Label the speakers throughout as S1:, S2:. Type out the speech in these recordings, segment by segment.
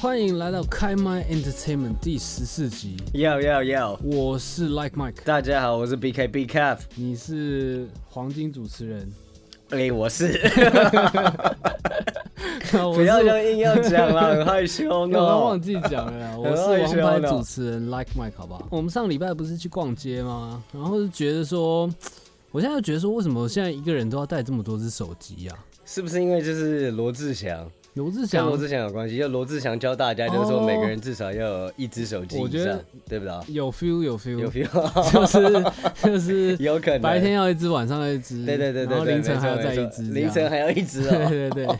S1: 欢迎来到开麦 Entertainment 第十四集，
S2: 要要要！
S1: 我是 Like Mike，
S2: 大家好，我是 B K B c a
S1: 你是黄金主持人，
S2: 哎、我是，
S1: 我
S2: 不
S1: 是
S2: 要就硬要讲 了，很害羞
S1: 我
S2: 呢。
S1: 刚刚忘记讲了 啦，我
S2: 很害羞
S1: 是
S2: 呢
S1: 王牌主持人 Like Mike，好不好？我们上礼拜不是去逛街吗？然后就觉得说，我现在就觉得说，为什么我现在一个人都要带这么多只手机呀、
S2: 是不是因为就是罗志祥
S1: 罗志
S2: 跟
S1: 祥
S2: 罗志祥有关系？就罗志祥教大家，就是说
S1: 哦
S2: 每个人至少要有一只手机
S1: 我
S2: 以
S1: 觉
S2: 上
S1: 得，
S2: 对不对？
S1: 有 feel 有
S2: 有
S1: feel，
S2: feel，
S1: 就是就是
S2: 有可能。
S1: 白天要一只，晚上要一只，
S2: 对对对对
S1: 然后
S2: 对
S1: 凌晨
S2: 没错
S1: 还要再
S2: 没错
S1: 一只，
S2: 凌晨还要一只
S1: 这样，
S2: 哦。
S1: 对对 对。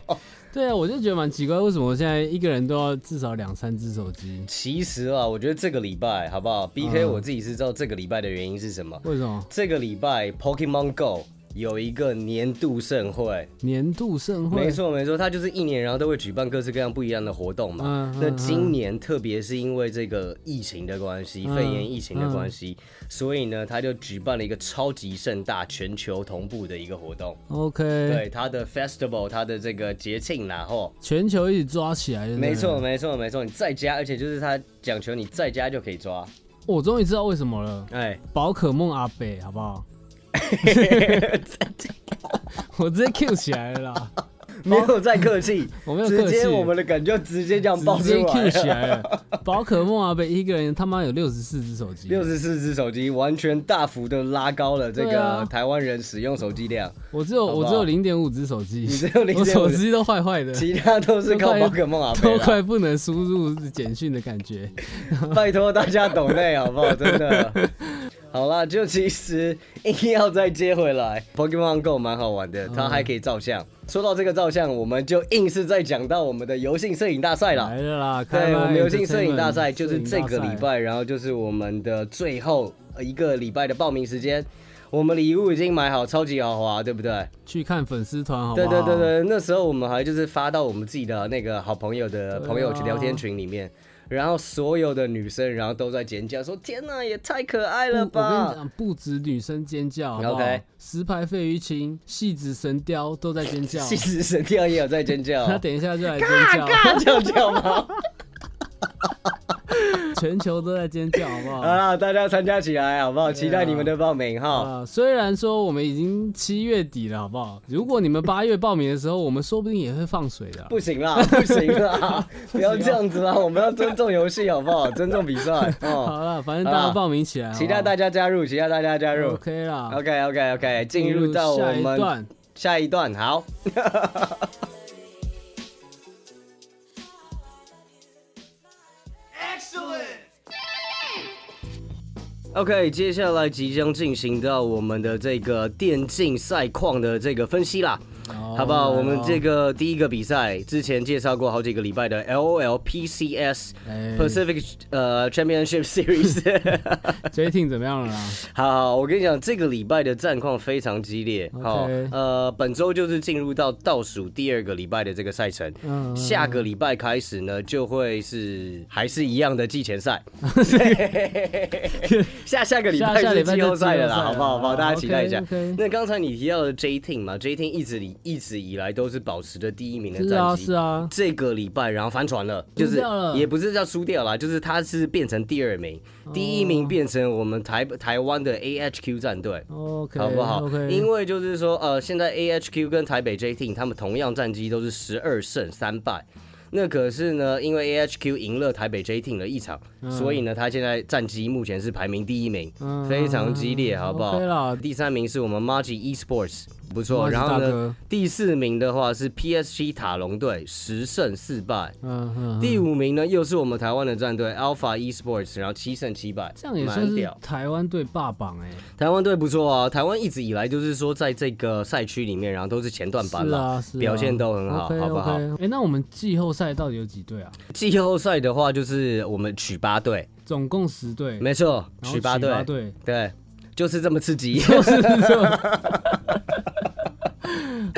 S1: 对啊，我就觉得蛮奇怪，为什么我现在一个人都要至少两三只手机？
S2: 其实啊，我觉得这个礼拜好不好？B K
S1: 嗯
S2: 我自己是知道这个礼拜的原因是什么。
S1: 为什么？
S2: 这个礼拜 Pokemon Go 有一个年度盛会，
S1: 年度盛会，
S2: 没错没错，它就是一年，然后都会举办各式各样不一样的活动嘛。
S1: 嗯嗯
S2: 那
S1: 嗯
S2: 今年特别是因为这个疫情的关系，
S1: 嗯
S2: 肺炎疫情的关系，所以呢，它就举办了一个超级盛大、全球同步的一个活动。
S1: ，OK，
S2: 对，它的 festival，它的这个节庆啦，吼。
S1: 全球一起抓起来，
S2: 没错，
S1: 对不对。
S2: 没错，没错。你在家，而且就是它讲求你在家就可以抓。
S1: 我终于知道为什么了，
S2: 哎，
S1: 宝可梦阿北，好不好？ 我直接 Q 起来了 啦，
S2: 没有再客气，
S1: 我没有
S2: 直
S1: 客气
S2: 接，我们的梗就直接这样爆
S1: 直
S2: 出
S1: 接 Q
S2: 来
S1: 起
S2: 了。
S1: 来了。宝可梦阿北一个人他妈有六十四只手机，
S2: 六十四只手机完全大幅的拉高了这
S1: 对
S2: 个
S1: 啊
S2: 台湾人使用手机量。
S1: 我只有
S2: 好不好
S1: 我只有零点五只手机，
S2: 只有0.5
S1: 我手机都坏坏的，
S2: 其他都是靠宝可 梦啊，贝
S1: 都
S2: 啦
S1: 快不能输入简讯的感觉。
S2: 拜托大家懂内好 不好？真的。好啦，就其实硬要再接回来，Pokemon Go 蛮好玩的，它还可以照相。说到这个照相，我们就硬是在讲到我们的游戏摄影大赛啦
S1: 来。了啦，开
S2: 对，
S1: 麦
S2: 我们游戏摄影
S1: entertainment，
S2: 大赛就是这个
S1: 摄
S2: 礼
S1: 影大赛。
S2: 拜，然后就是我们的最后一个礼拜的报名时间。我们礼物已经买好，超级豪华，对不对？
S1: 去看粉丝团，好不
S2: 对
S1: 好？
S2: 对对对，那时候我们还就是发到我们自己的那个好朋友的
S1: 对啊
S2: 朋友群聊天群里面，然后所有的女生然后都在尖叫说：“天哪，也太可爱了
S1: 不我跟你
S2: 吧
S1: 讲，不止女生尖叫，好不好
S2: OK
S1: 石牌费玉清、戏子神雕都在尖！”叫，
S2: 细子哦神跳也有在尖 叫，
S1: 他等一下就来尖叫，
S2: 大叫叫吗？
S1: 全球都在尖叫，好不好？
S2: 好啦，大家参加起来好不好？期待你们的报名哈。
S1: 啊，虽然说我们已经七月底了，好不好？如果你们八月报名的时候，我们说不定也会放水的啊。
S2: 不行啦，不行 啦，不要这样子啦，我们要尊重游戏好不好？尊重比赛哦。
S1: 啊好啊了，反正大
S2: 好
S1: 家
S2: 啦
S1: 报名起来好不好，
S2: 期待大家加入，期待大家加入。
S1: OK 啦。
S2: OK OK OK，进入到我
S1: 下一
S2: 们
S1: 段，
S2: 下一段，好。OK，接下来即将进行到我们的这个电竞赛况的这个分析啦，好不好？我们这
S1: 个
S2: 个第一个比赛之前介绍过好几个礼拜的 LOL PCS
S1: 哎嗯
S2: Pacific 呃 Championship Series，
S1: j t 怎么样了啦？
S2: 好好，我跟你讲，这个礼拜的战况非常激烈。好
S1: OK
S2: 呃，本周就是进入到倒数第二个礼拜的这个赛程。
S1: 嗯，
S2: 下个礼拜开始呢，就会是还是一样的季 前赛，下下个礼
S1: 下
S2: 拜
S1: 下礼
S2: 是
S1: 拜
S2: 季后赛
S1: 就季后赛
S2: 了啦，
S1: 了
S2: 好不好？好不好？
S1: 啊
S2: 大家期待一下
S1: OK，OK。
S2: 那刚才你提到的 J Team 嘛，J Team 一直以一直以来都是保持着第一名的
S1: 是
S2: 战
S1: 啊
S2: 绩，
S1: 是啊，
S2: 这个礼拜然后翻船了，
S1: 输
S2: 就是
S1: 掉了哦
S2: 也不是叫输掉啦，就是他是变成第二名，第一名变成我们台台湾的 AHQ 战队。
S1: OK，
S2: 好不好
S1: o k
S2: 因为就是说，呃，现在 AHQ 跟台北 J Team 他们同样战绩都是十二胜三败，那可是呢，因为 AHQ 赢了台北 J Team 的一场，所以呢，他现在战绩目前是排名第一名，
S1: 嗯
S2: 非常激烈，好不好
S1: OK 啦
S2: 第三名是我们 Margi Esports，不错。
S1: Margi
S2: 然后
S1: 大
S2: 呢
S1: 哥，
S2: 第四名的话是 PSG 塔龙队，十胜四败。
S1: 嗯嗯，嗯
S2: 第五名呢，又是我们台湾的战队 Alpha Esports，然后七胜七败，
S1: 这样也算
S2: 蛮
S1: 是
S2: 屌。
S1: 台湾队霸榜哎，
S2: 台湾队不错啊，台湾一直以来就是说在这个赛区里面，然后都是前段班
S1: 是
S2: 啦，
S1: 啊是啊，
S2: 表现都很好
S1: OK，
S2: 好不好
S1: OK 哎，那我们季后赛到底有几队啊？
S2: 季后赛的话，就是我们曲八队，
S1: 总共十队，
S2: 没错，
S1: 然后
S2: 曲八队，
S1: 队，
S2: 对，就是这么刺激。
S1: 就是这种。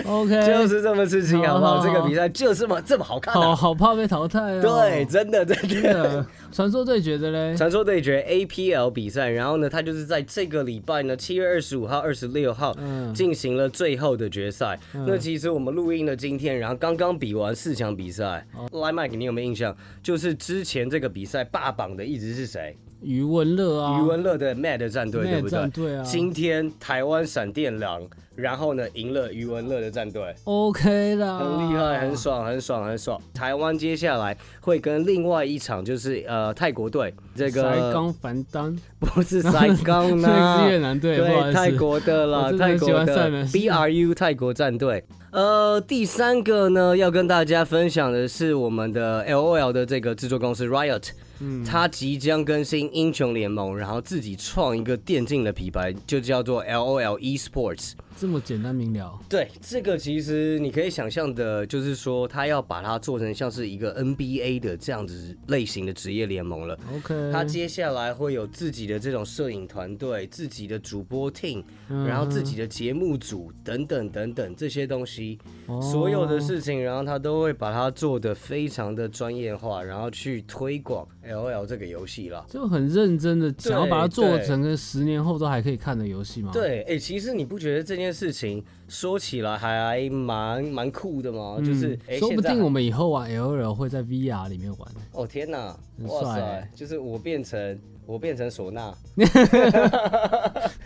S1: OK，
S2: 就是这么刺激，好不
S1: 好好
S2: 好？
S1: 好
S2: 这个比赛就是这么这么好看
S1: 好
S2: 啊！
S1: 好怕被淘汰啊、
S2: 对，真的真
S1: 真
S2: 的。
S1: 的，啊传说对决的嘞，
S2: 传说对决 APL 比赛，然后呢，它就是在这个礼拜呢，七月二十五号、二十六号
S1: 嗯
S2: 进行了最后的决赛。那其实我们录音的今天，然后刚刚比完四场比赛。
S1: 哦
S2: 来麦，你有没有印象？就是之前这个比赛霸榜的一直是谁？
S1: 余文乐啊，
S2: 余文乐的 Mad 战队，
S1: Mad
S2: 对不对？
S1: 战队啊
S2: 今天台湾闪电狼，然后呢赢了余文乐的战队。
S1: OK 啦，
S2: 很厉害，很爽，很爽，很爽。台湾接下来会跟另外一场就是呃泰国队，这
S1: 塞
S2: 个
S1: 冈凡丹，
S2: 不是塞冈
S1: 那
S2: 呢
S1: 个是越，南队，不好
S2: 对
S1: 意
S2: 泰
S1: 思。
S2: 国的
S1: 我
S2: 啦，
S1: 真的
S2: 泰
S1: 很喜
S2: 国
S1: 欢塞
S2: 的
S1: 门
S2: BRU 泰国战队。呃，第三个呢，要跟大家分享的是我们的 LOL 的这个制作公司 Riot，
S1: 嗯
S2: 它即将更新英雄联盟，然后自己创一个电竞的品牌，就叫做 LOL Esports。
S1: 这么简单明了，
S2: 对，这个其实你可以想象的，就是说他要把它做成像是一个 NBA 的这样子类型的职业联盟了。
S1: OK。
S2: 他接下来会有自己的这种摄影团队、自己的主播 team，然
S1: 嗯
S2: 后自己的节目组等等等等这些东西，所有的
S1: 哦
S2: 事情，然后他都会把它做得非常的专业化，然后去推广 LOL 这个游戏啦。
S1: 就很认真的想要把它做
S2: 对
S1: 成个十年后都还可以看的游戏嘛。，
S2: 对，哎、其实你不觉得这件事情说起来还蛮蛮酷的吗？就是，哎、
S1: 嗯说不
S2: 现在
S1: 定我们以后玩 L L 会在 V R 里面玩。
S2: 哦天哪，
S1: 很
S2: 哇
S1: 帅
S2: 塞
S1: 欸！
S2: 就是我变成我变成唢呐，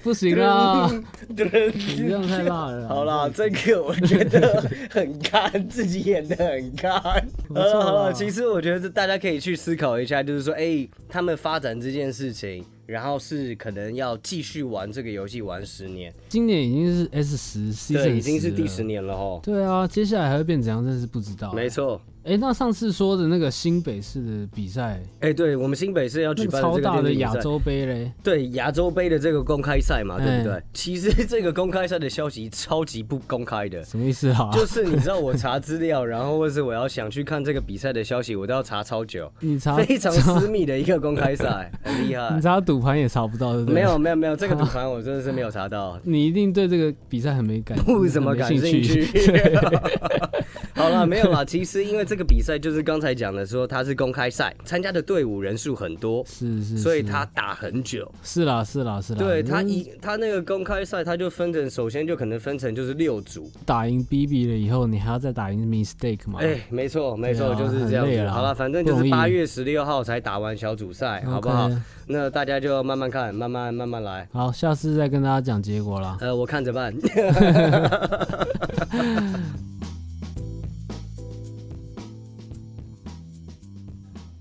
S1: 不行啦， 你这
S2: 噔
S1: 样太辣了。
S2: 好，啦，这个我觉得很干，自己演的很 干。
S1: 不错啦啊
S2: 呃，好了，其实我觉得大家可以去思考一下，就是说，哎、他们发展这件事情，然后是可能要继续玩这个游戏玩十年，
S1: 今年已经是 S 十 C
S2: 对，已经是第十。年了哦。
S1: 对啊，接下来还会变怎样，真是不知道。
S2: 没错，
S1: 哎、那上次说的那个新北市的比赛，
S2: 哎、对我们新北市要举
S1: 那个
S2: 办的
S1: 超
S2: 这个
S1: 大
S2: 电
S1: 的
S2: 竞比
S1: 亚
S2: 赛，
S1: 洲杯嘞，
S2: 对亚洲杯的这个公开赛嘛，对不对？
S1: 哎
S2: 其实这个公开赛的消息超级不公 开的，
S1: 什么意思啊？
S2: 就是你知道我查资料，然后或是我要想去看这个比赛的消息，我都要查超久，
S1: 你查
S2: 非常私密的一个公开赛，很厉害
S1: 你。查赌盘也查不 到，对不对？，
S2: 没，有没有没有，这个赌盘我真的是没有查到
S1: 你一定对这个比赛很没 感，
S2: 不怎么
S1: 很没
S2: 感兴趣
S1: 趣。。
S2: 好了，没有啦。其实因为这个比赛就是刚才讲的说它是公开赛，参加的队伍人数很多，
S1: 是是，
S2: 所以
S1: 是
S2: 他打很久。
S1: 是啦是啦是啦，
S2: 对他
S1: 嗯
S2: 一他那个公开赛，他就分成，首先就可能分成就是六组，
S1: 打赢 B B 了以后，你还要再打赢 Mistake 嘛？
S2: 哎、没错，没错，
S1: 对啊
S2: 就是这样
S1: 很累
S2: 子。
S1: 啦
S2: 好了，反正
S1: 不
S2: 就
S1: 容
S2: 是
S1: 易
S2: 八月十六号才打完小组赛，好不好
S1: OK？
S2: 那大家就慢慢看，慢慢慢慢来。
S1: 好，下次再跟大家讲结 果啦。
S2: 呃，我看着办。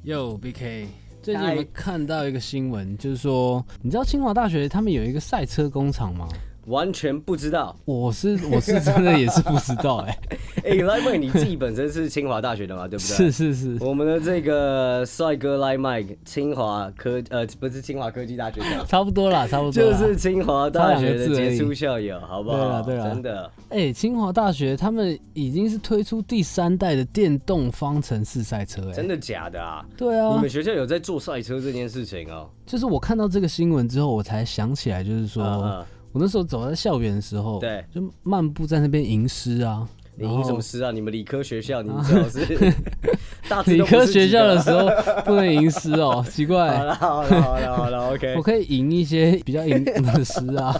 S1: Yo B K，最近有没有看到一个新闻，就是说，你知道清华大学他们有一个赛车工厂 吗？
S2: 完全不知 道。
S1: 我是我是真的也是不知道哎、
S2: 哎、莱麦，你自己本身是清华大学的嘛， 对不对？
S1: 是。是是，
S2: 我们的这个帅哥莱麦，清华科呃不是清华科 技大学的，
S1: 差不多啦，差不多
S2: 就
S1: 啦。
S2: 是清华大学
S1: 差两个
S2: 的
S1: 字而
S2: 杰
S1: 已
S2: 出校友，好不
S1: 对
S2: 好？
S1: 啦对啦
S2: 真的。
S1: 哎、清华大学他们已经是推出第三代的电动方程式赛车哎、
S2: 真的假的啊？
S1: 对
S2: 你
S1: 啊
S2: 们，学校有在做赛车这件事情哦？
S1: 就是我看到这个新闻之后，我才想起来，就是说。
S2: 嗯嗯
S1: 我那时候走在校园的时候，
S2: 对
S1: 就漫步在那边吟诗啊。
S2: 你
S1: 然后
S2: 赢什么诗啊？你们理科学校，你们最好是 大
S1: 哦
S2: 致
S1: 理
S2: 都不
S1: 科
S2: 是
S1: 学
S2: 几个
S1: 校的时候 不能吟诗哦，奇
S2: 好
S1: 怪。
S2: 了好了好了好了 ，OK
S1: 我。可以吟一些比较吟的诗 啊，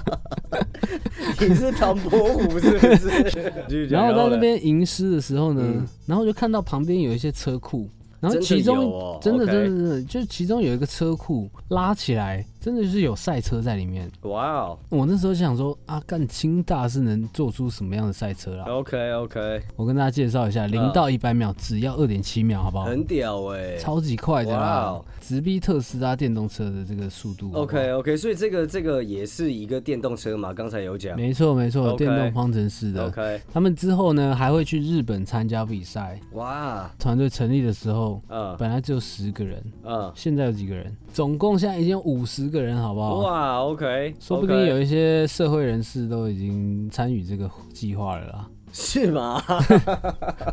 S2: 你是唐伯虎是不是？继续
S1: 然
S2: 讲
S1: 后我在
S2: 呢
S1: 那边吟诗的时候呢，然后就看到旁边有一些车库，然后
S2: 嗯真的
S1: 其
S2: 有
S1: 中
S2: 哦
S1: 真的
S2: OK
S1: 真的真的就其中有一个车库拉起来，真的就是有赛车在里面。
S2: 哇哦
S1: 我那时候就想说啊，干清大是能做出什么样的赛车啦？
S2: ，OK OK，
S1: 我跟大家介绍一下，零到一百秒只要二点七秒，好不好？
S2: 嗯很屌哎。
S1: 哦超级快的
S2: 哇
S1: 啦
S2: 哦，
S1: 直逼特斯拉电动车的这个速度。好不好
S2: OK OK，所以这个这个也是一个电动车嘛，刚才有讲。
S1: 没错没错，
S2: OK
S1: 电动方程式的。
S2: OK，
S1: 他们之后呢还会去日本参加比赛。
S2: 哇，
S1: 团队成立的时候，
S2: 嗯
S1: 本来只有十个人，
S2: 嗯，
S1: 现在有几个人？总共现在已经有五十个人，好不好？
S2: 哇，OK，
S1: 哦说不定有一些社会人士都已经参与这个计划了 啦，
S2: 是吗？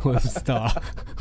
S1: 我也不知道 啊，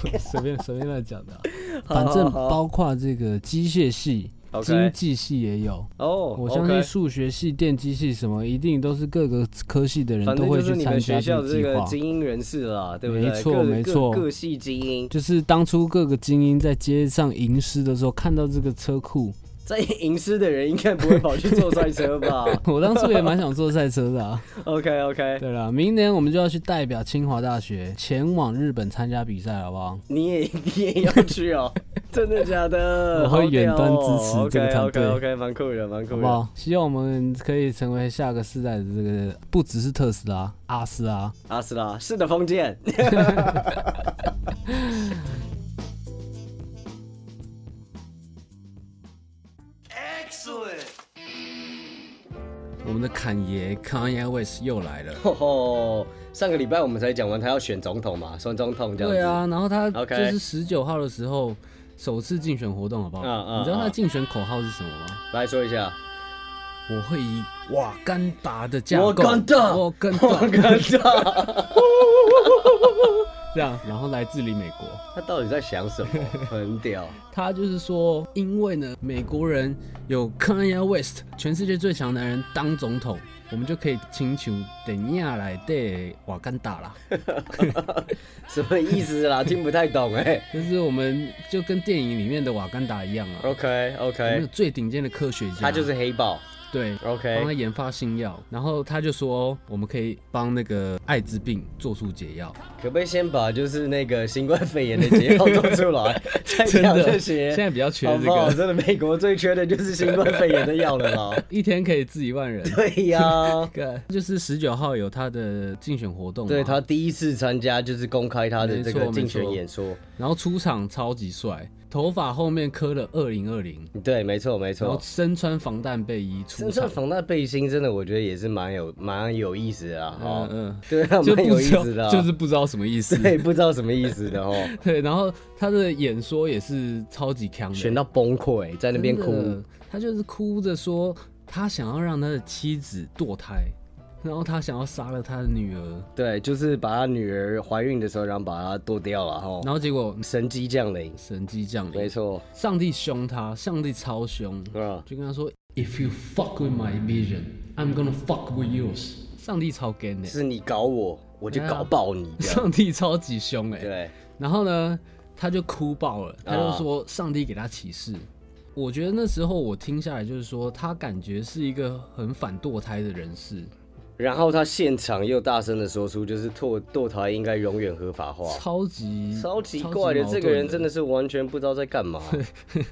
S1: 随便随便乱讲的啊、反正包括这个机械系、经
S2: OK，
S1: 济系也有。
S2: 哦
S1: 我
S2: ，OK，
S1: 相信数学系、电机系什么，一定都是各个科系的人
S2: 反
S1: 都
S2: 正
S1: 会
S2: 就
S1: 去
S2: 是你
S1: 参
S2: 们学
S1: 加
S2: 校
S1: 这个
S2: 的这
S1: 计
S2: 个
S1: 划。
S2: 精英人士啦，对不对？
S1: 没错
S2: 各
S1: 没错
S2: 各各系精英，
S1: 就是当初各个精英在街上吟诗的时候，看到这个车库，
S2: 在吟诗的人应该不会跑去坐赛车 吧
S1: 我当初也蛮想坐赛车的 啊。
S2: ？OK OK，
S1: 对了，明年我们就要去代表清华大学前往日本参加比赛，好不好？
S2: 你也 你也要去哦，真的假的？ 哦
S1: 我会远端支持这个团队
S2: OK OK，蛮酷的，蛮
S1: 好
S2: 酷
S1: 不
S2: 的。
S1: 好？希望我们可以成为下个世代的这个，不只是特斯拉、阿斯拉。
S2: 阿斯拉，啊是的，封建。
S1: 我们的侃爷 Kanye West 又来了。
S2: 吼吼，上个礼拜我们才讲完他要选总统嘛，选总统这样子。
S1: 对啊，然后他就
S2: OK
S1: 是十九号的时候首次竞选活动，好不好？
S2: 嗯嗯
S1: 你知道他
S2: 嗯
S1: 竞选口号是什么吗？
S2: 来说一下，
S1: 我会以瓦干达的架构，
S2: 我干达
S1: 我干
S2: 我
S1: 达，
S2: 看到
S1: 这样，然后来自于美国。
S2: 他到底在想什么， 很屌。
S1: 他就是说，因为呢，美国人有 Kanye West，全世界最强男人当总统，我们就可以请求等一下来对瓦干达啦。
S2: 什么意思啦？听不太懂哎、
S1: 就是我们就跟电影里面的瓦干达一样啊，我
S2: OK
S1: 们有
S2: OK，
S1: 最顶尖的科学家，
S2: 他就是黑豹。
S1: 对。帮
S2: OK
S1: 他研发新药，然后他就说我们可以帮那个艾滋病做出解 药，
S2: 可不可以先把就是那个新冠肺炎的解药做出 来，再讲这些？
S1: 现在比较缺
S2: 好
S1: 这
S2: 不好？
S1: 个，
S2: 真的，美国最缺的就是新冠肺炎的药了 啦。
S1: 一天可以治一万人。
S2: 对呀、
S1: 对，就是十九号有他的竞选活动嘛，
S2: 对他第一次参加就是公开他的
S1: 没
S2: 这个
S1: 错
S2: 竞选演说。
S1: 然后出场超级帅，头发后面磕了二零二零，
S2: 对，没错没
S1: 然后
S2: 错。
S1: 身穿防弹背衣出
S2: 身上
S1: 场，
S2: 防弹背心真的，我觉得也是蛮有蛮有意思的啊。哦，
S1: 嗯
S2: 对啊，
S1: 嗯，就
S2: 蛮
S1: 不
S2: 有意
S1: 知道
S2: 思的啊。
S1: 就是不知道什么意思。
S2: 对，不知道什么意思 的哦，
S1: 对，然后他的演说也是超级强的，
S2: 选到崩溃，在那边
S1: 真
S2: 哭
S1: 的。，他就是哭着说他想要让他的妻子堕胎，然后他想要杀了他的女儿，
S2: 对，就是把他女儿怀孕的时候，然后把她剁掉了哈。
S1: 然后结果
S2: 神机降临，
S1: 神机降
S2: 没
S1: 临，
S2: 错，
S1: 上帝凶他，上帝超凶，
S2: 啊，
S1: 就跟他说，If you fuck with my vision, I'm gonna fuck with yours。上帝超 gay 的，
S2: 是啊你搞我，我就
S1: 对啊
S2: 搞爆你这 样。
S1: 上帝超级凶哎、
S2: 对，啊
S1: 然后呢，他就哭爆了，他就说上帝给他启示。我觉得那时候我听下来就是说，他感觉是一个很反堕胎的人士，
S2: 然后他现场又大声的说出，就是堕堕胎应该永远合法化。
S1: 超级
S2: 超奇怪的，这个人真
S1: 的
S2: 的是完全不知道在干嘛，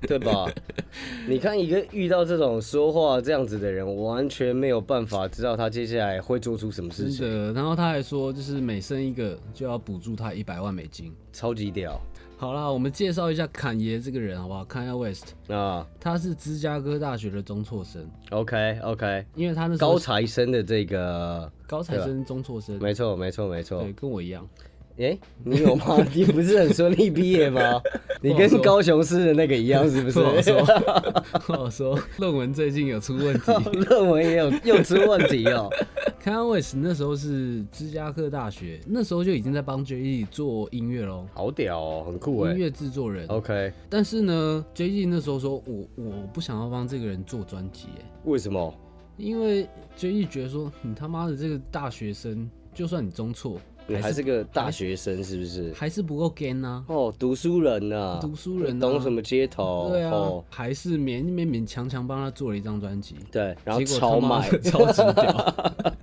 S2: 对吧？ 你看一个遇到这种说话这样子的人，完全没有办法知道他接下来会做出什么事
S1: 真
S2: 情，
S1: 的。然后他还说，就是每生一个就要补助他一百万美金。
S2: 超级屌
S1: 好啦，我们介绍一下坎爷这个人好不好？Kanye West，
S2: 啊
S1: 他是芝加哥大学的中辍生，
S2: ！OK OK，
S1: 因为他那时候
S2: 高材生的这个，
S1: 高材生、中辍生，
S2: 没错没错没错，
S1: 对，跟我一 样。
S2: 哎、你 有吗？你不是很顺利毕业吗？你
S1: 不好说
S2: 跟高雄市的那个一样，是不是
S1: 不？好 说，不好说。论文最近有出问题。
S2: 论文也有又出问题哦。
S1: Kanye West 那时候是芝加哥大学，那时候就已经在帮 J E 做音乐喽，
S2: 好屌哦，很酷
S1: 音
S2: 哎。
S1: 乐制作人。
S2: OK，
S1: 但是呢，J E 那时候说我我不想要帮这个人做专辑，哎，
S2: 为什么？
S1: 因为 J E 觉得说你他妈的这个大学生，就算你中错，
S2: 你还是个大学生是不是？
S1: 还是不够 gay 呐、
S2: 哦，读书人呐、
S1: 读书人啊
S2: 懂什么街头？
S1: 对啊，
S2: 哦、
S1: 还是勉勉勉强强帮他做了一张专辑。
S2: 对，然后
S1: 结果
S2: 超
S1: 他妈
S2: 卖
S1: 的， 超级屌！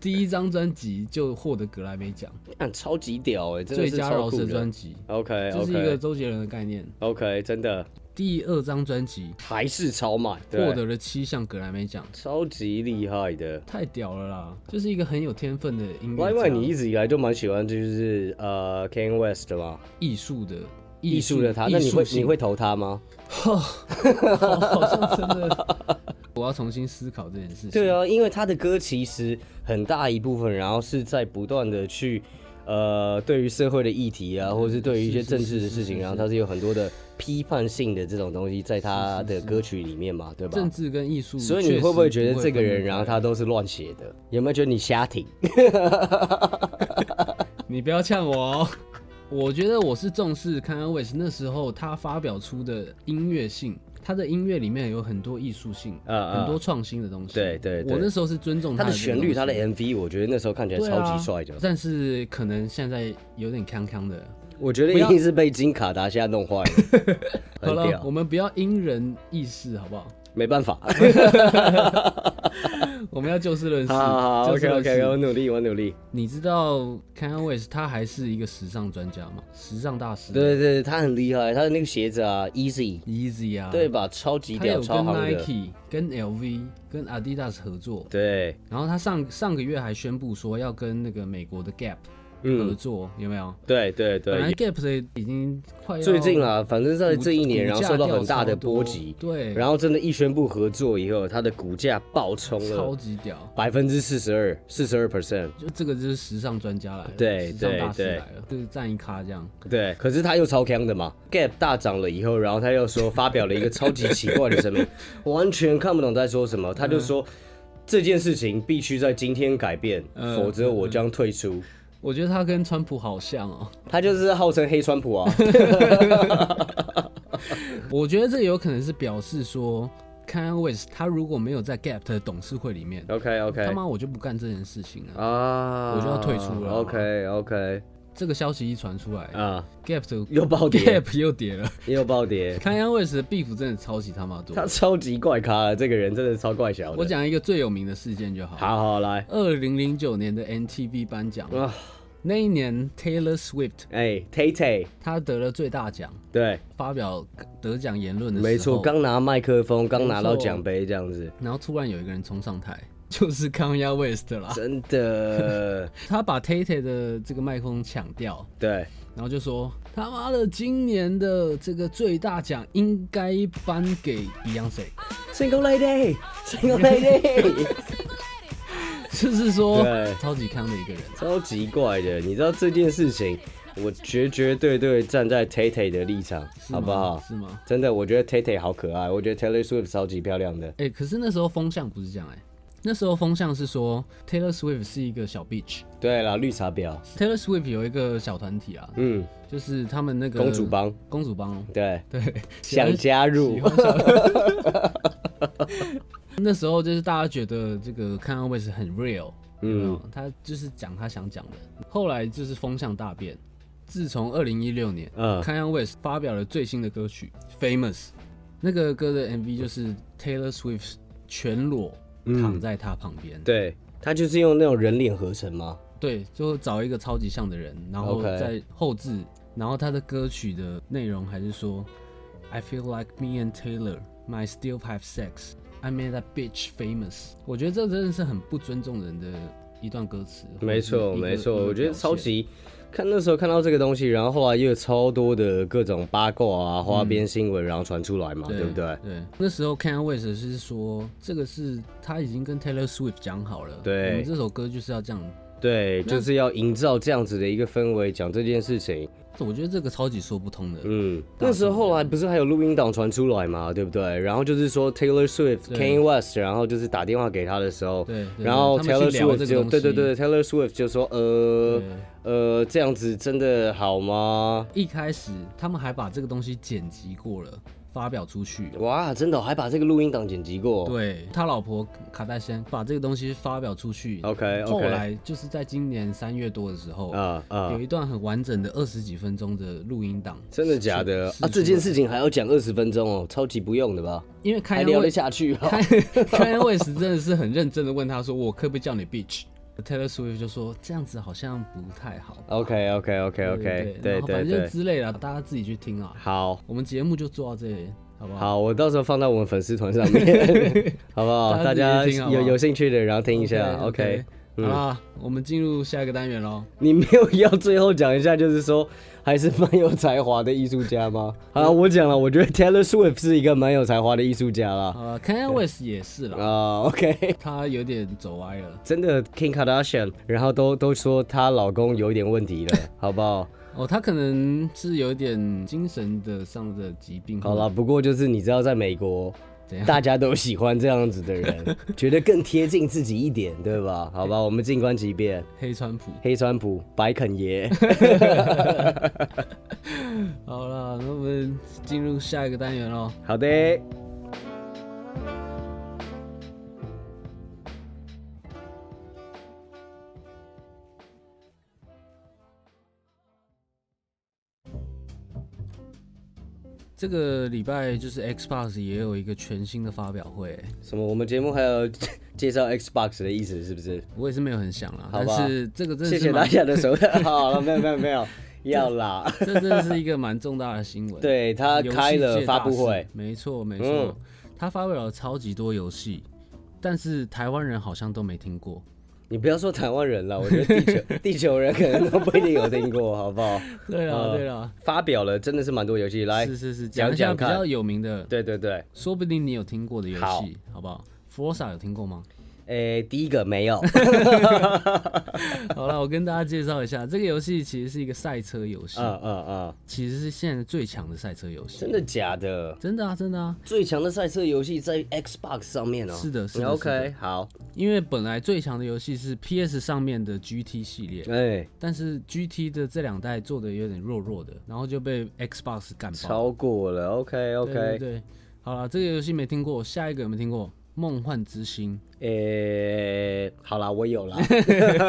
S1: 第一张专辑就获得格莱美奖
S2: 看超级屌哎，真的
S1: 最
S2: 是
S1: 佳
S2: 超
S1: 饶
S2: 酷
S1: 舌
S2: 的。
S1: 专辑，
S2: OK
S1: 这是一个
S2: OK
S1: 周杰伦的概念。
S2: OK，真的
S1: 第二张专辑
S2: 还是超卖，
S1: 获
S2: 对，
S1: 得了七项格莱美奖，
S2: 超级厉害的。
S1: 太屌了啦！就是一个很有天分的音
S2: 另
S1: 乐
S2: 外，
S1: 家，
S2: 你一直以来就蛮喜欢就是呃 Kanye West 的嘛，
S1: 艺术的
S2: 艺术的他，那你会你会投他吗？
S1: 好 好像真的，我要重新思考这件事情。
S2: 对啊，因为他的歌其实很大一部分，然后是在不断的去，呃，对于社会的议题啊，或者是对于一些
S1: 嗯是是
S2: 政治的
S1: 是
S2: 事
S1: 是
S2: 情，
S1: 是
S2: 然后他是有很多的批判性的这种东西在他的歌曲里面嘛，对吧？
S1: 政治跟艺术，
S2: 所以你会不会觉得这个
S1: 确实不
S2: 人，
S1: 会
S2: 然后
S1: 分啊
S2: 他都是乱写的？有没有觉得你瞎挺？
S1: 开？你不要呛我、哦。我觉得我是重视 Kanye West 那时候他发表出的音乐性，他的音乐里面有很多艺术性，
S2: 嗯嗯
S1: 很多创新的东西。
S2: 对对对
S1: 我那时候是尊重
S2: 他的
S1: 这个
S2: 旋律，
S1: 东
S2: 他的
S1: 西
S2: MV，我觉得那时候看起
S1: 嗯
S2: 来
S1: 对啊
S2: 超级帅的。
S1: 但是可能现在有点康康的。
S2: 我觉得
S1: 不
S2: 一
S1: 要
S2: 定是被金卡达现在 弄坏了，
S1: 好
S2: 很
S1: 了，我
S2: 屌，
S1: 们不要因人议事，好不好？
S2: 没办 法。
S1: 我们要就事论事。
S2: 好好 好
S1: 就事
S2: ，OK
S1: 论
S2: OK，
S1: 事
S2: 我努力，我努力。
S1: 你知道 Kanye West 他还是一个时尚专家嘛？时尚大师。
S2: 对对对，他很厉害，他的那个鞋子啊，Easy，
S1: ，Easy 啊。
S2: 对。吧？超级
S1: 他
S2: 屌，
S1: 有
S2: 超
S1: 跟
S2: 好的。
S1: Nike、跟 LV、跟 Adidas 合作，
S2: 对，
S1: 然后他上上个月还宣布说要跟那个美国的 Gap 合
S2: 嗯，
S1: 作，有没有？
S2: 对对
S1: 本来
S2: 对，
S1: Gap 的已经快要
S2: 最近啊，反正在
S1: 股
S2: 这一年，
S1: 股
S2: 然后
S1: 价
S2: 受到
S1: 掉
S2: 很大的
S1: 超多
S2: 波及，
S1: 对，
S2: 然后真的，一宣布合作以后，它的股价暴冲
S1: 超
S2: 了
S1: 级屌，
S2: 百分之四十二，四十二 percent。
S1: 就这个就是时尚专家来了，
S2: 对
S1: 时尚大师
S2: 对对
S1: 来了，就是站一咖这样，
S2: 对，可是他又超强的嘛，Gap 大涨了以后，然后他又说发表了一个超级奇怪的 声明，完全看不懂在说什么。他就说、这件事情必须在今天改变，
S1: 嗯
S2: 否则我将退出。
S1: 我觉得他跟川普好像哦，
S2: 他就是号称黑川普啊，
S1: 我觉得这有可能是表示说，Kanye West 他如果没有在 Gap 的董事会里面，
S2: OK OK，
S1: 他妈我就不干这件事情了。
S2: 啊，
S1: 我就要退出了
S2: OK OK，
S1: 这个消息一传出来
S2: 啊，
S1: ，Gap 的
S2: 又暴跌，
S1: Gap 又跌了。
S2: 又暴跌，
S1: Kanye West 的 beef 真的超级他妈多
S2: 他。超级怪咖的，这个人真的超怪小的。
S1: 我讲一个最有名的事件就好。
S2: 好好来
S1: 二零零九年的 MTV 颁奖，
S2: 啊，
S1: 那一年 Taylor Swift
S2: 哎，Tay Tay，
S1: 她得了最大奖，
S2: 对，
S1: 发表得奖言论的时候，
S2: 没错，刚拿麦克风，刚拿到
S1: 没错
S2: 奖杯这样子。
S1: 然后突然有一个人冲上台， 就是 Kanye West 啦，
S2: 真 的，
S1: 他把 Tay Tay 的这个麦克风抢掉，
S2: 对，
S1: 然后就说他妈的，今年的这个最大奖应该颁给 Beyonce，
S2: Single Lady，Single Lady，
S1: 就是说
S2: 对
S1: 超级康的一个人。
S2: 超级怪的。你知道这件事情，我绝绝对对站在 Tay Tay 的立场，
S1: 是
S2: 好
S1: 吗
S2: 不好？
S1: 是吗？
S2: 真的，我觉得 Tay Tay 好可爱，我觉得 Taylor Swift 超级漂亮的。
S1: 哎、可是那时候风向不是这样哎、那时候风向是说 Taylor Swift 是一个小 bitch。
S2: 对啦，绿茶婊，
S1: Taylor Swift 有一个小团体啊，
S2: 嗯，
S1: 就是他们那个
S2: 公主，帮，
S1: 公主帮，
S2: 对，
S1: 对，
S2: 想加入
S1: 喜，欢小。 那时候就是大家觉得这个 Kanye West 很 real，嗯
S2: 嗯，，
S1: 他就是讲他想讲的。后来就是风向大变，自从二零一六年，
S2: 嗯
S1: Kanye West 发表了最新的歌曲《Famous》，那个歌的 MV 就是 Taylor Swift 全裸
S2: 嗯
S1: 躺在他旁边，
S2: 对，他就是用那种人脸合成吗？
S1: 对，就找一个超级像的人，然后
S2: OK
S1: 在后置，然后他的歌曲的内容还是说，I feel like me and Taylor might still have sex. I made that bitch famous. 我觉得这真的是很不尊重人的一段歌词。
S2: 没
S1: 或者是
S2: 错，
S1: 一个
S2: 没错，
S1: 一个
S2: 我觉得
S1: 表现
S2: 超级。看那时候看到这个东西，然后后来又有超多的各种八卦啊、花边新闻，然后传出来嘛，对不对？
S1: 对，那时候 Kanye West 是说，这个是他已经跟 Taylor Swift 讲好了，
S2: 对
S1: 我们这首歌就是要这样。
S2: 对，就是要营造这样子的一个氛围，讲这件事情。
S1: 我觉得这个超级说不通的。
S2: 嗯，那时候后来不是还有录音档传出来嘛，对不对？然后就是说 Taylor Swift、
S1: 对
S2: Kanye West，然后就是打电话给他的时候，
S1: 对，对
S2: 然后
S1: 他们
S2: Taylor
S1: 去聊这
S2: Swift
S1: 个
S2: 就
S1: 东西，
S2: 对对对，Taylor Swift 就说呃
S1: 对
S2: 呃这样子真的好吗？
S1: 一开始他们还把这个东西剪辑过了，发表出去。
S2: 哇，真的哦还把这个录音档剪辑过。
S1: 对他老婆卡戴珊把这个东西发表出去。
S2: OK，OK
S1: 后来就是在今年三月多的时候，
S2: 啊啊
S1: 有，一段很完整的二十几分钟的录音档。
S2: 真的假的
S1: 是
S2: 啊？这件事情还要讲二十分钟哦，超级不用的吧？
S1: 因为
S2: 还
S1: Kanye
S2: 聊得
S1: West
S2: 下去啊？
S1: Kanye West 真的是很认真的问他说：“我可不可以叫你 bitch？” Taylor Swift 就说：“这样子好像不太好。
S2: OK OK OK
S1: 对”
S2: OK，
S1: 然
S2: 对
S1: 后
S2: 对
S1: 反正就
S2: 对，
S1: 之类了，大家自己去听啊。
S2: 好
S1: 我们节目就做到这里，好不好？
S2: 好，我到时候放到我们粉丝团上 面，好不好？大
S1: 大家
S2: 家
S1: 自己去听好不
S2: 有
S1: 好
S2: 有兴趣的，然后听一下。
S1: OK，
S2: 啊 OK，嗯
S1: 好啦，我们进入下一个单元喽。
S2: 你没有要最后讲一下，就是说还是蛮有才华的艺术 家吗？啊，我讲了，我觉得 Taylor Swift 是一个蛮有才华的艺术家啦。
S1: 呃，Kanye West 也是啦，
S2: 啊，OK。
S1: 他有点走歪了。
S2: 真的 Kim Kardashian，然后都都说她老公有点 问题了，好不好？
S1: 哦，他可能是有点精神的上的疾病。
S2: 好啦，，不过就是你知道，在美国
S1: 嗯怎样？
S2: 大家都喜欢这样子 的人，觉得更贴近自己一点，对吧？好吧，我们静观其变。
S1: 黑川普。
S2: 黑川普、白 肯爷，
S1: 好了，那我们进入下一个单元喽。
S2: 好的。
S1: 这个礼拜就是 Xbox 也有一个全新的发表会、
S2: 什么？我们节目还有 介绍 Xbox 的意思是不是？
S1: 我也是没有很想啦，
S2: 好
S1: 但
S2: 吧
S1: 是这个真的
S2: 谢
S1: 是
S2: 谢大
S1: 蛮
S2: 家 的收看。好了，没有没有没有，要啦。
S1: 这真的是一个蛮重大的新闻。
S2: 对他
S1: 游戏
S2: 开了
S1: 界
S2: 发
S1: 大
S2: 布
S1: 事
S2: 会，
S1: 没错没错，
S2: 嗯
S1: 他发表了超级多游戏，但是台湾人好像都没听过。
S2: 你不要说台湾人了，我觉得地球 地球人可能都不一定有听过，好不好？
S1: 对
S2: 呃
S1: 了对了，
S2: 发表了真的是蛮多游戏，来，
S1: 是是是，
S2: 讲
S1: 讲一下
S2: 讲
S1: 比
S2: 看
S1: 较有名的，
S2: 对对对，
S1: 说不定你有听过的游
S2: 好
S1: 戏，好不好？Forza 有听过吗？
S2: 诶，第一个没有，
S1: 好了，我跟大家介绍一下，这个游戏其实是一个赛车游戏，
S2: 嗯嗯嗯，
S1: 其实是现在最强的赛车游戏。
S2: 真的假的？
S1: 真的啊，真的啊，
S2: 最强的赛车游戏在 Xbox 上面哦，
S1: 是的是的
S2: 嗯 OK，
S1: 是
S2: 好，
S1: 因为本来最强的游戏是 PS 上面的 GT 系列，
S2: 哎，
S1: 但是 GT 的这两代做的有点弱弱的，然后就被 Xbox 干爆。
S2: 超过了，OK
S1: 对对
S2: OK，
S1: 对，好了，这个游戏没听过，下一个有没有听过？《梦幻之星》
S2: 诶，呃好啦，我有啦。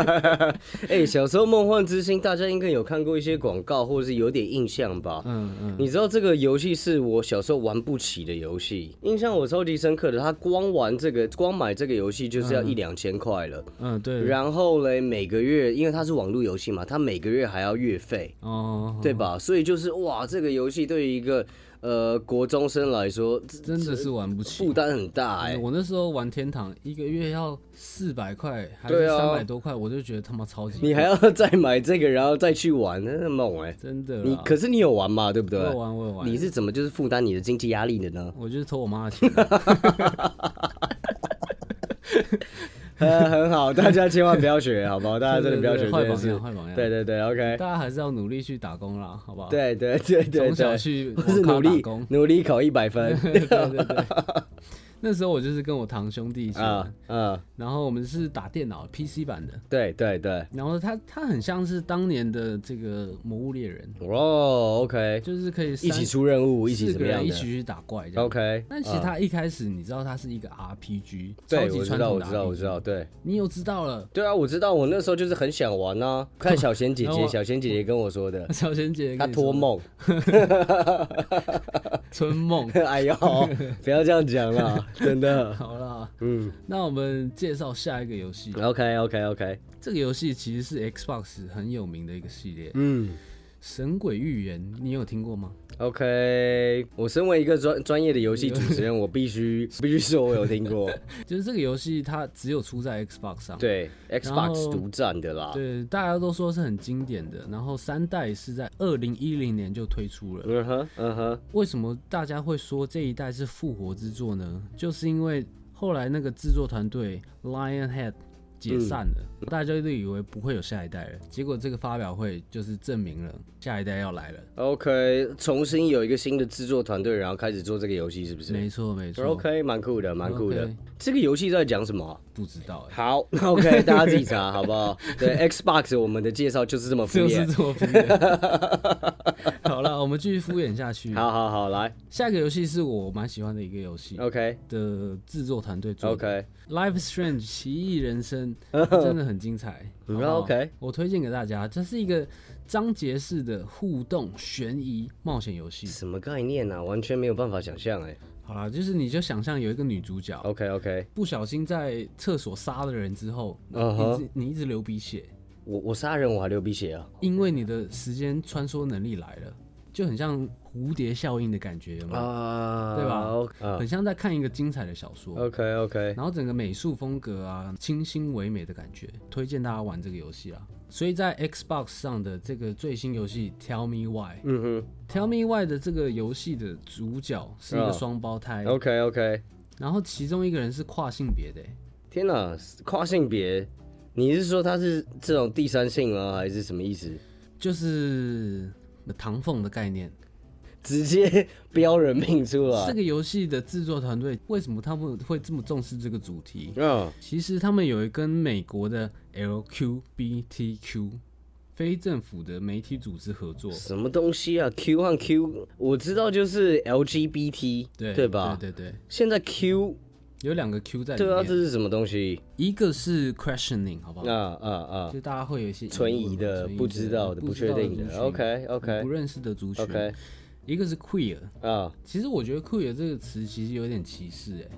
S2: 哎，小时候《梦幻之星》，大家应该有看过一些广告，或者是有点印象吧？
S1: 嗯嗯，
S2: 你知道这个游戏是我小时候玩不起的游戏，印象我超级深刻的。他光玩这个，光买这个游戏就是要一两千块了。
S1: 嗯，对，
S2: 然后嘞，每个月因为它是网络游戏嘛，它每个月还要月费，
S1: 哦，
S2: 对吧？所以就是哇，这个游戏对于一个呃国中生来说，这
S1: 真的是玩不起
S2: 负。担很大哎、
S1: 嗯我那时候玩天堂，一个月要四百块还是
S2: 对啊
S1: 三百多块，我就觉得他妈超级贵。
S2: 你还要再买这个，然后再去玩，真的猛哎、
S1: 真的啦？
S2: 你可是你有玩嘛，对不对
S1: 啊我？有玩我有玩，
S2: 你是怎么就是负担你的经济压力的 呢？
S1: 我就是偷我妈的钱。
S2: 呃，很好，大家千万不要学，好不 好？ 大家真的不要学
S1: 坏
S2: 这件
S1: 榜
S2: 事
S1: 样，。坏榜样。
S2: 对对对，OK。
S1: 大家还是要努力去打工啦，好不好？，
S2: 对对对对
S1: 从小
S2: 对，
S1: 去
S2: 或是
S1: 网咖
S2: 努
S1: 打
S2: 力
S1: 工
S2: 努力考一百分
S1: 对对对。那时候我就是跟我堂兄弟一起玩，
S2: 啊啊！
S1: 然后我们是打电脑 PC 版的，
S2: 对对对，
S1: 然后它它很像是当年的这个《魔物猎人
S2: 哦，OK，》，
S1: 就是可以
S2: 一
S1: 三
S2: 起出任务，一起
S1: 四
S2: 怎
S1: 个
S2: 么
S1: 人
S2: 样
S1: 一起
S2: 的
S1: 去打怪这样。
S2: ？OK，
S1: 但其实
S2: 嗯
S1: 它一开始你知道它是一个 RPG，超
S2: 对，
S1: 级
S2: 我知
S1: 传
S2: 道，
S1: 统
S2: 我
S1: 的
S2: 知道，我
S1: RPG，
S2: 知道，对
S1: 你又知道了。
S2: 对啊，我知道，我那时候就是很想玩啊，看小贤姐
S1: 然后
S2: 姐，
S1: 我
S2: 小贤姐姐跟我说的，
S1: 小贤姐
S2: 她
S1: 跟你说
S2: 托梦，，
S1: 春梦
S2: 哎呦，不要这样讲 啦，真的，
S1: 好啦，
S2: 嗯
S1: 那我们介绍下一个游戏。
S2: ，OK OK OK，
S1: 这个游戏其实是 Xbox 很有名的一个系列，《
S2: 嗯。
S1: 神鬼预言》，你有听过吗？
S2: OK，我身为一个专专业的游戏主持人，我必须必须说，我有听 过，
S1: 就是这个游戏它只有出在 Xbox 上，
S2: 对，Xbox
S1: 后
S2: 独占的啦，
S1: 对，大家都说是很经典的。然后三代是在二零一零年就推出了。
S2: 嗯哼，嗯哼，
S1: 为什么大家会说这一代是复活之作呢？就是因为后来那个制作团队 Lionhead 解
S2: 嗯
S1: 散了，大家都以为不会有下一代了。结果这个发表会就是证明了下一代要来了。
S2: OK，重新有一个新的制作团队，然后开始做这个游戏，是不是
S1: 没错，没错。
S2: ？OK，蛮酷的，蛮酷的
S1: OK。
S2: 这个游戏在讲什么？啊
S1: 不知道哎、
S2: 好，OK，大家自己查好不 好？对，Xbox 我们的介绍就是这 么敷
S1: 就是
S2: 衍。
S1: 这么敷衍。好了，我们继续敷衍下去。
S2: 好好好，来
S1: 下一个游戏是我蛮喜欢的一个游戏
S2: ，OK，OK，
S1: 的制作团队做的。Life is Strange 奇异人 生真的很精彩。好不好
S2: 嗯 OK
S1: 我推荐给大家，这是一个章节式的互动悬疑冒险游戏。
S2: 什么概念啊？完全没有办法想象哎。
S1: 好啦，就是你就想象有一个女主
S2: 哦
S1: 角
S2: OK，OK，
S1: 不小心在厕所杀了人之后，
S2: 嗯
S1: 你一
S2: 哼，
S1: 直你一直流鼻血，
S2: 我我杀人我还流鼻血啊。
S1: 因为你的时间穿梭能力来了，就很像蝴蝶效应的感觉，有没有？
S2: 啊，
S1: 对吧
S2: 吧
S1: 很像在看一个精彩的小说。
S2: ？OK OK，
S1: 然后整个美术风格啊，清新唯美的感觉，推荐大家玩这个游戏啦。啊所以在 Xbox 上的这个最新游戏《Tell Me Why》，
S2: 嗯
S1: 《Tell Me Why》的这个游戏的主角是一
S2: 嗯
S1: 个双胞胎
S2: 哼，OK OK，
S1: 然后其中一个人是跨性别的欸、
S2: 天哪，跨性别，你是说他是这种第三性吗？还是什么意思？
S1: 就是唐凤的概念。
S2: 直接标人命出
S1: 这
S2: 来。
S1: 个游戏的制作团队为什么他们会这么重视这个主题？
S2: 嗯，
S1: 其实他们有一跟美国的 LQBTQ 非政府的媒体组织合作，
S2: 什么东西啊？Q 和 Q，我知道就是 LGBT，
S1: 对
S2: 对吧？
S1: 对对对，
S2: 现在 Q，
S1: 有两个 Q 在里
S2: 对啊，
S1: 面，
S2: 这是什么东西？
S1: 一个是 questioning，好不好？
S2: 啊啊啊！
S1: 就大家会有一些疑问
S2: 存疑的、
S1: 存
S2: 不知道
S1: 的、
S2: 的、不确定
S1: 的族
S2: 的。
S1: 群
S2: OK
S1: 不
S2: OK
S1: 认识的族群。
S2: OK
S1: 一个是 queer，
S2: 啊，
S1: 其实我觉得 queer 这个词其实有点歧视、哎，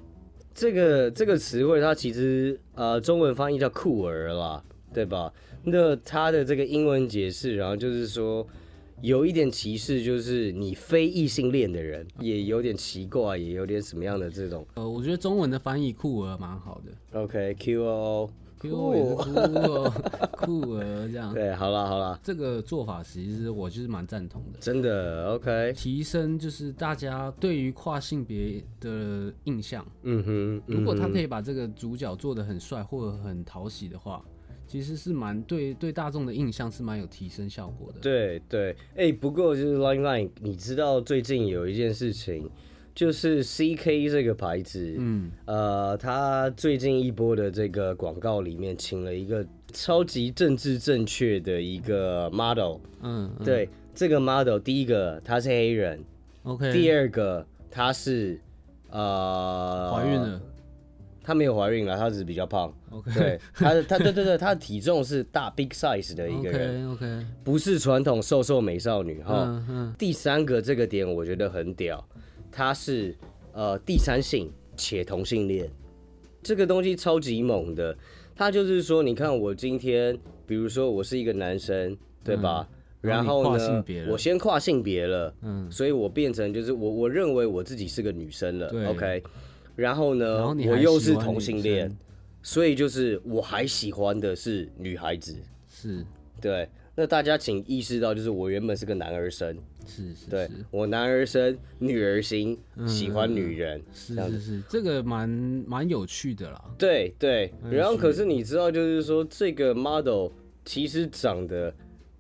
S2: 这个这个词汇它其实呃中文翻译叫酷儿啦，对吧？那它的这个英文解释，然后就是说。有一点歧视，就是你非异性恋的人也有点奇怪，也有点什么样的这种。
S1: 呃，我觉得中文的翻译酷儿蛮好的
S2: OK，Q O，
S1: ，Q 也是酷 哦，酷儿这样。
S2: 对，好啦好啦，
S1: 这个做法其实我就是蛮赞同的，
S2: 真的 OK，
S1: 提升就是大家对于跨性别的印象。
S2: 嗯哼，
S1: 如果他可
S2: 以，
S1: 以把这个主角做的很帅或者很讨喜的话，其实是蛮对对大众的印象是蛮有提升效果的。
S2: 对对，哎、不过就是 Line Line，你知道最近有一件事情，就是 CK 这个牌子，
S1: 嗯，
S2: 呃，它最近一波的这个广告里面，请了一个超级政治正确的一个 model，、
S1: 嗯嗯
S2: 对，这个 model 第一个他是黑人，
S1: ，OK。
S2: 第二个他是呃
S1: 怀孕，了
S2: 她没有怀孕了，她只是比较胖。
S1: ，OK。
S2: 对，他的他对对对，他的体重是大 big size 的一个人，哦
S1: OK OK，
S2: 不是传统瘦瘦美少女哈。
S1: 嗯嗯，
S2: 第三个这个点我觉得很屌，他是呃第三性且同性恋，这个东西超级猛的。他就是说，你看我今天，比如说我是一个男生，对吧？
S1: 嗯
S2: 然
S1: 然
S2: 后
S1: 后你跨
S2: 呢，
S1: 性别了
S2: 我先跨性别了，
S1: 嗯
S2: 所以我变成就是我我认为我自己是个女生了
S1: 对
S2: ，OK。然后呢，
S1: 然后你
S2: 哦我
S1: 还
S2: 又
S1: 喜
S2: 是
S1: 欢
S2: 同
S1: 女
S2: 性恋
S1: 生，
S2: 所以就是我还喜欢的是女孩子，
S1: 是
S2: 对。那大家请意识到，就是我原本是个男儿身，
S1: 是是
S2: 对
S1: 是
S2: 我男儿身，女儿心，喜欢女人，这样
S1: 是
S2: 子
S1: 是是，这个蛮蛮有趣的啦。
S2: 对对。
S1: 嗯
S2: 然后可是你知道，就是说这个 model 其实长得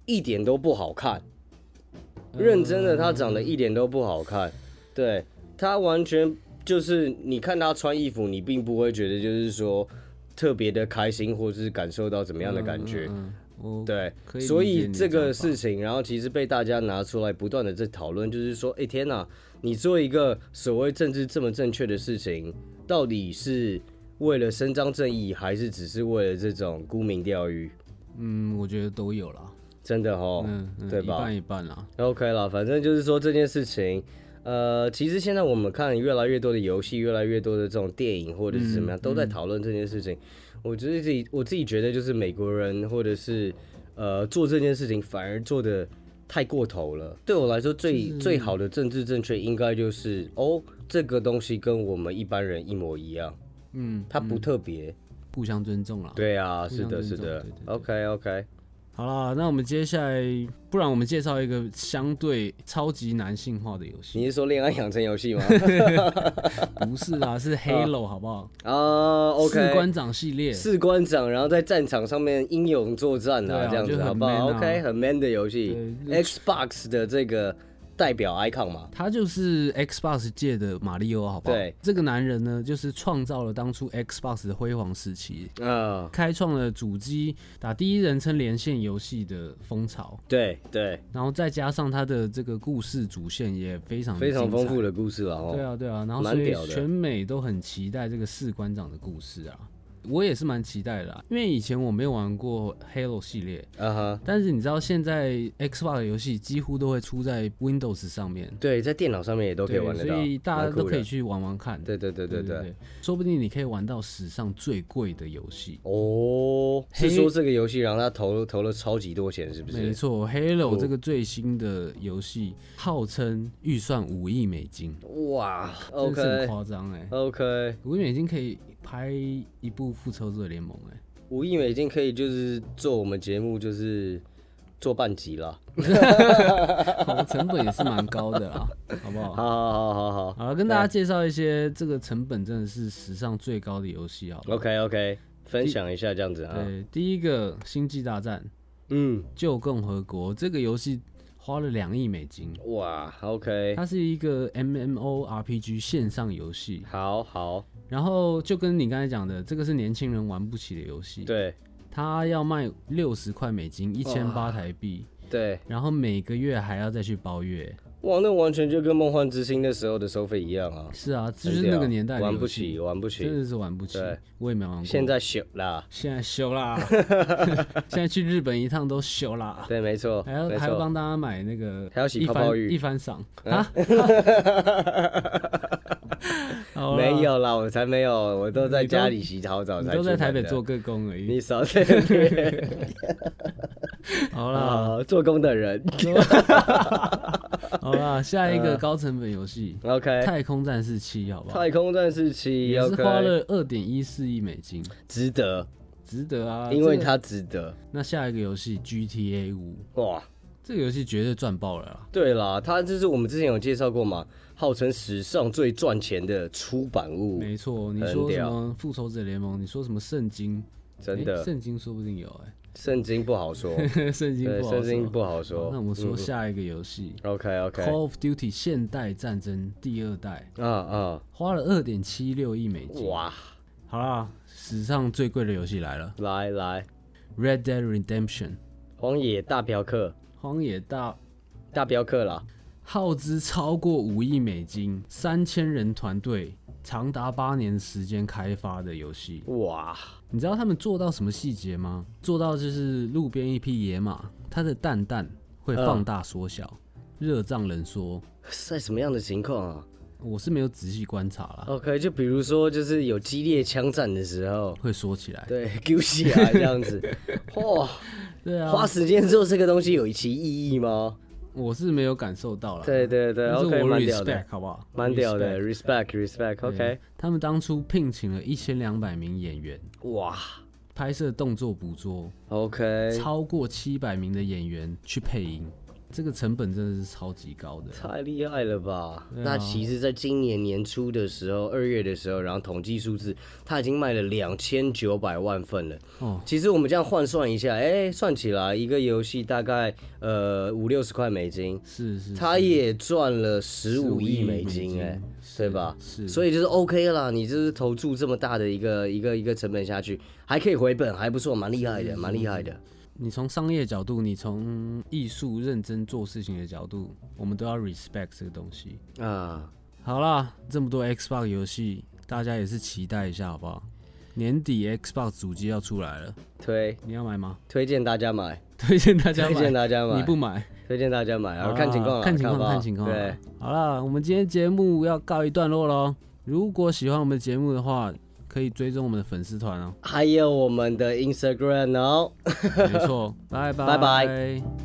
S2: 一点都不好看，认真的，她
S1: 嗯
S2: 长得一点都不好看，对她完全就是你看她穿衣服，你并不会觉得就是说特别的开心，或是感受到怎么样的感觉。
S1: 嗯，我
S2: 对
S1: 可，以理解
S2: 所以
S1: 你的
S2: 这个
S1: 想法
S2: 事情，然后其实被大家拿出来不断的在讨论，就是说，哎、天哪，你做一个所谓政治这么正确的事情，到底是为了伸张正义，还是只是为了这种沽名钓誉？
S1: 嗯，我觉得都有啦，
S2: 真的哦、
S1: 嗯嗯，
S2: 对
S1: 一
S2: 吧
S1: 半一半啦，
S2: o k 啦，反正就是说这件事情。呃，其实现在我们看越来越多的游戏，越来越多的这种电影或者是怎
S1: 嗯
S2: 么样，都在讨论这件事情。我觉得自己我自己觉得就是美国人或者是呃做这件事情反而做的太过头了。对我来说最、最好的政治正确应该就是哦，这个东西跟我们一般人一模一样，
S1: 嗯，
S2: 它不特别。
S1: 互相尊重啦。
S2: 对啊，
S1: 互
S2: 是
S1: 相
S2: 的，
S1: 尊
S2: 是
S1: 重
S2: 的
S1: 对对。对
S2: OK OK，
S1: 好啦，那我们接下来，不然我们介绍一个相对超级男性化的游 戏，
S2: 你是说恋爱养成游 戏吗？
S1: 不是啦，是 Halo 好不好？
S2: 啊，OK、
S1: 士官长系列，
S2: 士官长，然后在战场上面英勇作战
S1: 对
S2: 啊，
S1: 啊
S2: 这样
S1: 就
S2: 子
S1: 很
S2: 好不好
S1: man 啊
S2: ？OK，很 man 的游戏
S1: 对
S2: ，Xbox 的这个代表 icon 嘛，
S1: 他就是 Xbox 界的马里奥，好不好？
S2: 对，
S1: 这个男人呢，就是创造了当初 Xbox 的辉煌时期，
S2: 嗯，
S1: 开创了主机打第一人称连线游戏的风潮，
S2: 对对，
S1: 然后再加上他的这个故事主线也非常
S2: 非常丰富
S1: 的
S2: 的故事了
S1: 精彩。对
S2: 哦。
S1: 啊，对啊，然后
S2: 蛮
S1: 所以
S2: 屌的
S1: 全美都很期待这个士官长的故事啊，我也是蛮期待的啦，因为以前我没有玩过 Halo 系列，
S2: 啊哈，
S1: 但是你知道现在 Xbox 的游戏几乎都会出在 Windows 上面，
S2: 对，在电脑上面也都可以
S1: 对
S2: 玩得到，
S1: 所以大
S2: 蛮
S1: 家
S2: 酷
S1: 都可以
S2: 的。
S1: 去玩玩看。
S2: 对对对对对。，
S1: 说不定你可以玩到史上最贵的游戏。
S2: 哦，是
S1: 黑
S2: 说这个游戏让他投投了超级多钱，是不
S1: 没
S2: 是？
S1: 错，Halo 这个最新的游戏号称预算五亿美金，
S2: 哇
S1: 真的是很
S2: ，OK
S1: 夸张哎，
S2: OK，
S1: 五亿美金可以拍一部《复仇者联盟》哎，
S2: 五亿美金可以就是做我们节目就是做半集了。
S1: 好成本也是蛮高的啦， 好不好？
S2: 好好好好好
S1: 好了，跟大家介绍一些这个成本真的是史上最高的游戏啊。
S2: ，OK OK，分享一下这样子啊。
S1: 对，第一个《星际大战：
S2: 嗯，
S1: 旧共和国》这个游戏花了两亿美金。
S2: 哇，OK，
S1: 它是一个 MMORPG 线上游戏，
S2: 好好，
S1: 然后就跟你刚才讲的，这个是年轻人玩不起的游戏，
S2: 对
S1: 它要卖六十块美金，一千八
S2: 哇
S1: 台币，
S2: 对，
S1: 然后每个月还要再去包月。
S2: 哇，那完全就跟梦幻之星那时候的收费一样啊，
S1: 是啊，这就是那个年代的
S2: 玩不
S1: 游戏
S2: 起，，玩不
S1: 真
S2: 起，
S1: 的是玩不起
S2: 对。
S1: 我也没玩过。
S2: 现在朽啦，
S1: 现在修 啦，现在去日本一趟都修啦。
S2: 对，没错，
S1: 还要
S2: 没
S1: 还要
S2: 错，
S1: 帮大家买那个，
S2: 还要洗
S1: 一
S2: 泡
S1: 番
S2: 泡浴嗯
S1: 一番赏 啊？好啦
S2: 没，有啦，我才没有，我都在
S1: 你都
S2: 家里洗好澡
S1: 你
S2: 才
S1: 都
S2: 出
S1: 在台
S2: 门
S1: 北
S2: 的
S1: 做，个工而已。
S2: 你少在那边
S1: 好啦，
S2: 啊，做工 的人
S1: 好 啦，下一个高成本游戏《
S2: ，OK，
S1: 太空战士七》，好不好？
S2: 嗯哎太空战士七
S1: 也是花
S2: ，OK，
S1: 了二点一四亿美金，
S2: 值得，
S1: 值得啊！
S2: 因为
S1: 这个
S2: 它值得，
S1: 那下一个游戏《GTA 五》，
S2: 哇。
S1: 这个游戏绝对赚爆了啦！
S2: 对啦，它就是我们之前有介绍过嘛，号称史上最赚钱的出版物，
S1: 没错，你
S2: 很
S1: 说什
S2: 屌
S1: 么《复仇者联盟》，你说什么圣经，
S2: 真
S1: 诶
S2: 的。
S1: 圣经说不定有哎、
S2: 圣经不好说，
S1: 圣经
S2: 对，
S1: 不好
S2: 圣经
S1: 说。
S2: 不好说。
S1: 那我们说下一个游戏、
S2: OK 哦嗯 OK，
S1: Call of Duty 现代战争第二代》，
S2: 啊啊，
S1: 花了二点七六亿美金。
S2: 哇，
S1: 好啦，史上最贵的游戏来了，
S2: 来来，
S1: 《Red Dead Redemption》
S2: 荒野大镖客，
S1: 荒野大
S2: 大镖客啦，
S1: 耗资超过五亿美金，三千人团队，长达八年时间开发的游戏。
S2: 哇，
S1: 你知道他们做到什么细节吗？做到就是路边一匹野马，它的蛋蛋会放大缩小。
S2: 嗯
S1: 热胀冷缩，
S2: 是在什么样的情况啊
S1: 我是没有仔细观察啦，
S2: ？OK，就比如说就是有激烈枪战的时候。
S1: 会缩起来。
S2: 对， 丢戏啊，这样 子，哇、
S1: 对啊，
S2: 花时间做这个东西有其意义吗？
S1: 我是没有感受到啦。
S2: 对对对
S1: 但是
S2: ，OK，
S1: 我
S2: 蛮屌的，
S1: respect 好不好？
S2: 蛮屌的
S1: respect。
S2: ，respect，respect，OK，、
S1: 对他们当初聘请了一千两百名演员，
S2: 哇
S1: 拍摄动作捕捉，
S2: ，OK，
S1: 超过七百名的演员去配音，这个成本真的是超级高的。
S2: 太厉害了吧？
S1: 对啊
S2: 那其实，在今年年初的时候，二月的时候，然后统计数字，它已经卖了两千九百万份了。
S1: 哦，
S2: 其实我们这样换算一下，哎、算起来一个游戏大概呃五六十块美金，
S1: 是是，
S2: 它也赚了十五亿美
S1: 嗯15亿
S2: 金、哎。
S1: 是
S2: 对吧？
S1: 是，
S2: 所以就是 OK 啦，你就是投注这么大的一个一个一个成本下去，还可以回本，还不错，蛮厉害的，蛮厉害的。
S1: 你从商业角度，你从艺术认真做事情的角度，我们都要 respect 这个东西。
S2: 啊，
S1: 好啦，这么多 Xbox 游戏，大家也是期待一下好不好？年底 Xbox 主机要出来了，
S2: 推
S1: 你要买吗？
S2: 推荐大家买，
S1: 推荐大家
S2: 推荐
S1: 买，
S2: 大家买，
S1: 你不买，
S2: 推荐大家买
S1: 好
S2: 啊，
S1: 啦
S2: 看情况啦，
S1: 看情况，
S2: 好不好
S1: 看情况。啊
S2: 对，，
S1: 好啦，我们今天节目要告一段落喽。如果喜欢我们的节目的话，可以追踪我们的粉丝团哦。
S2: 还有我们的 Instagram 哦。
S1: 没错，拜拜，
S2: 拜拜。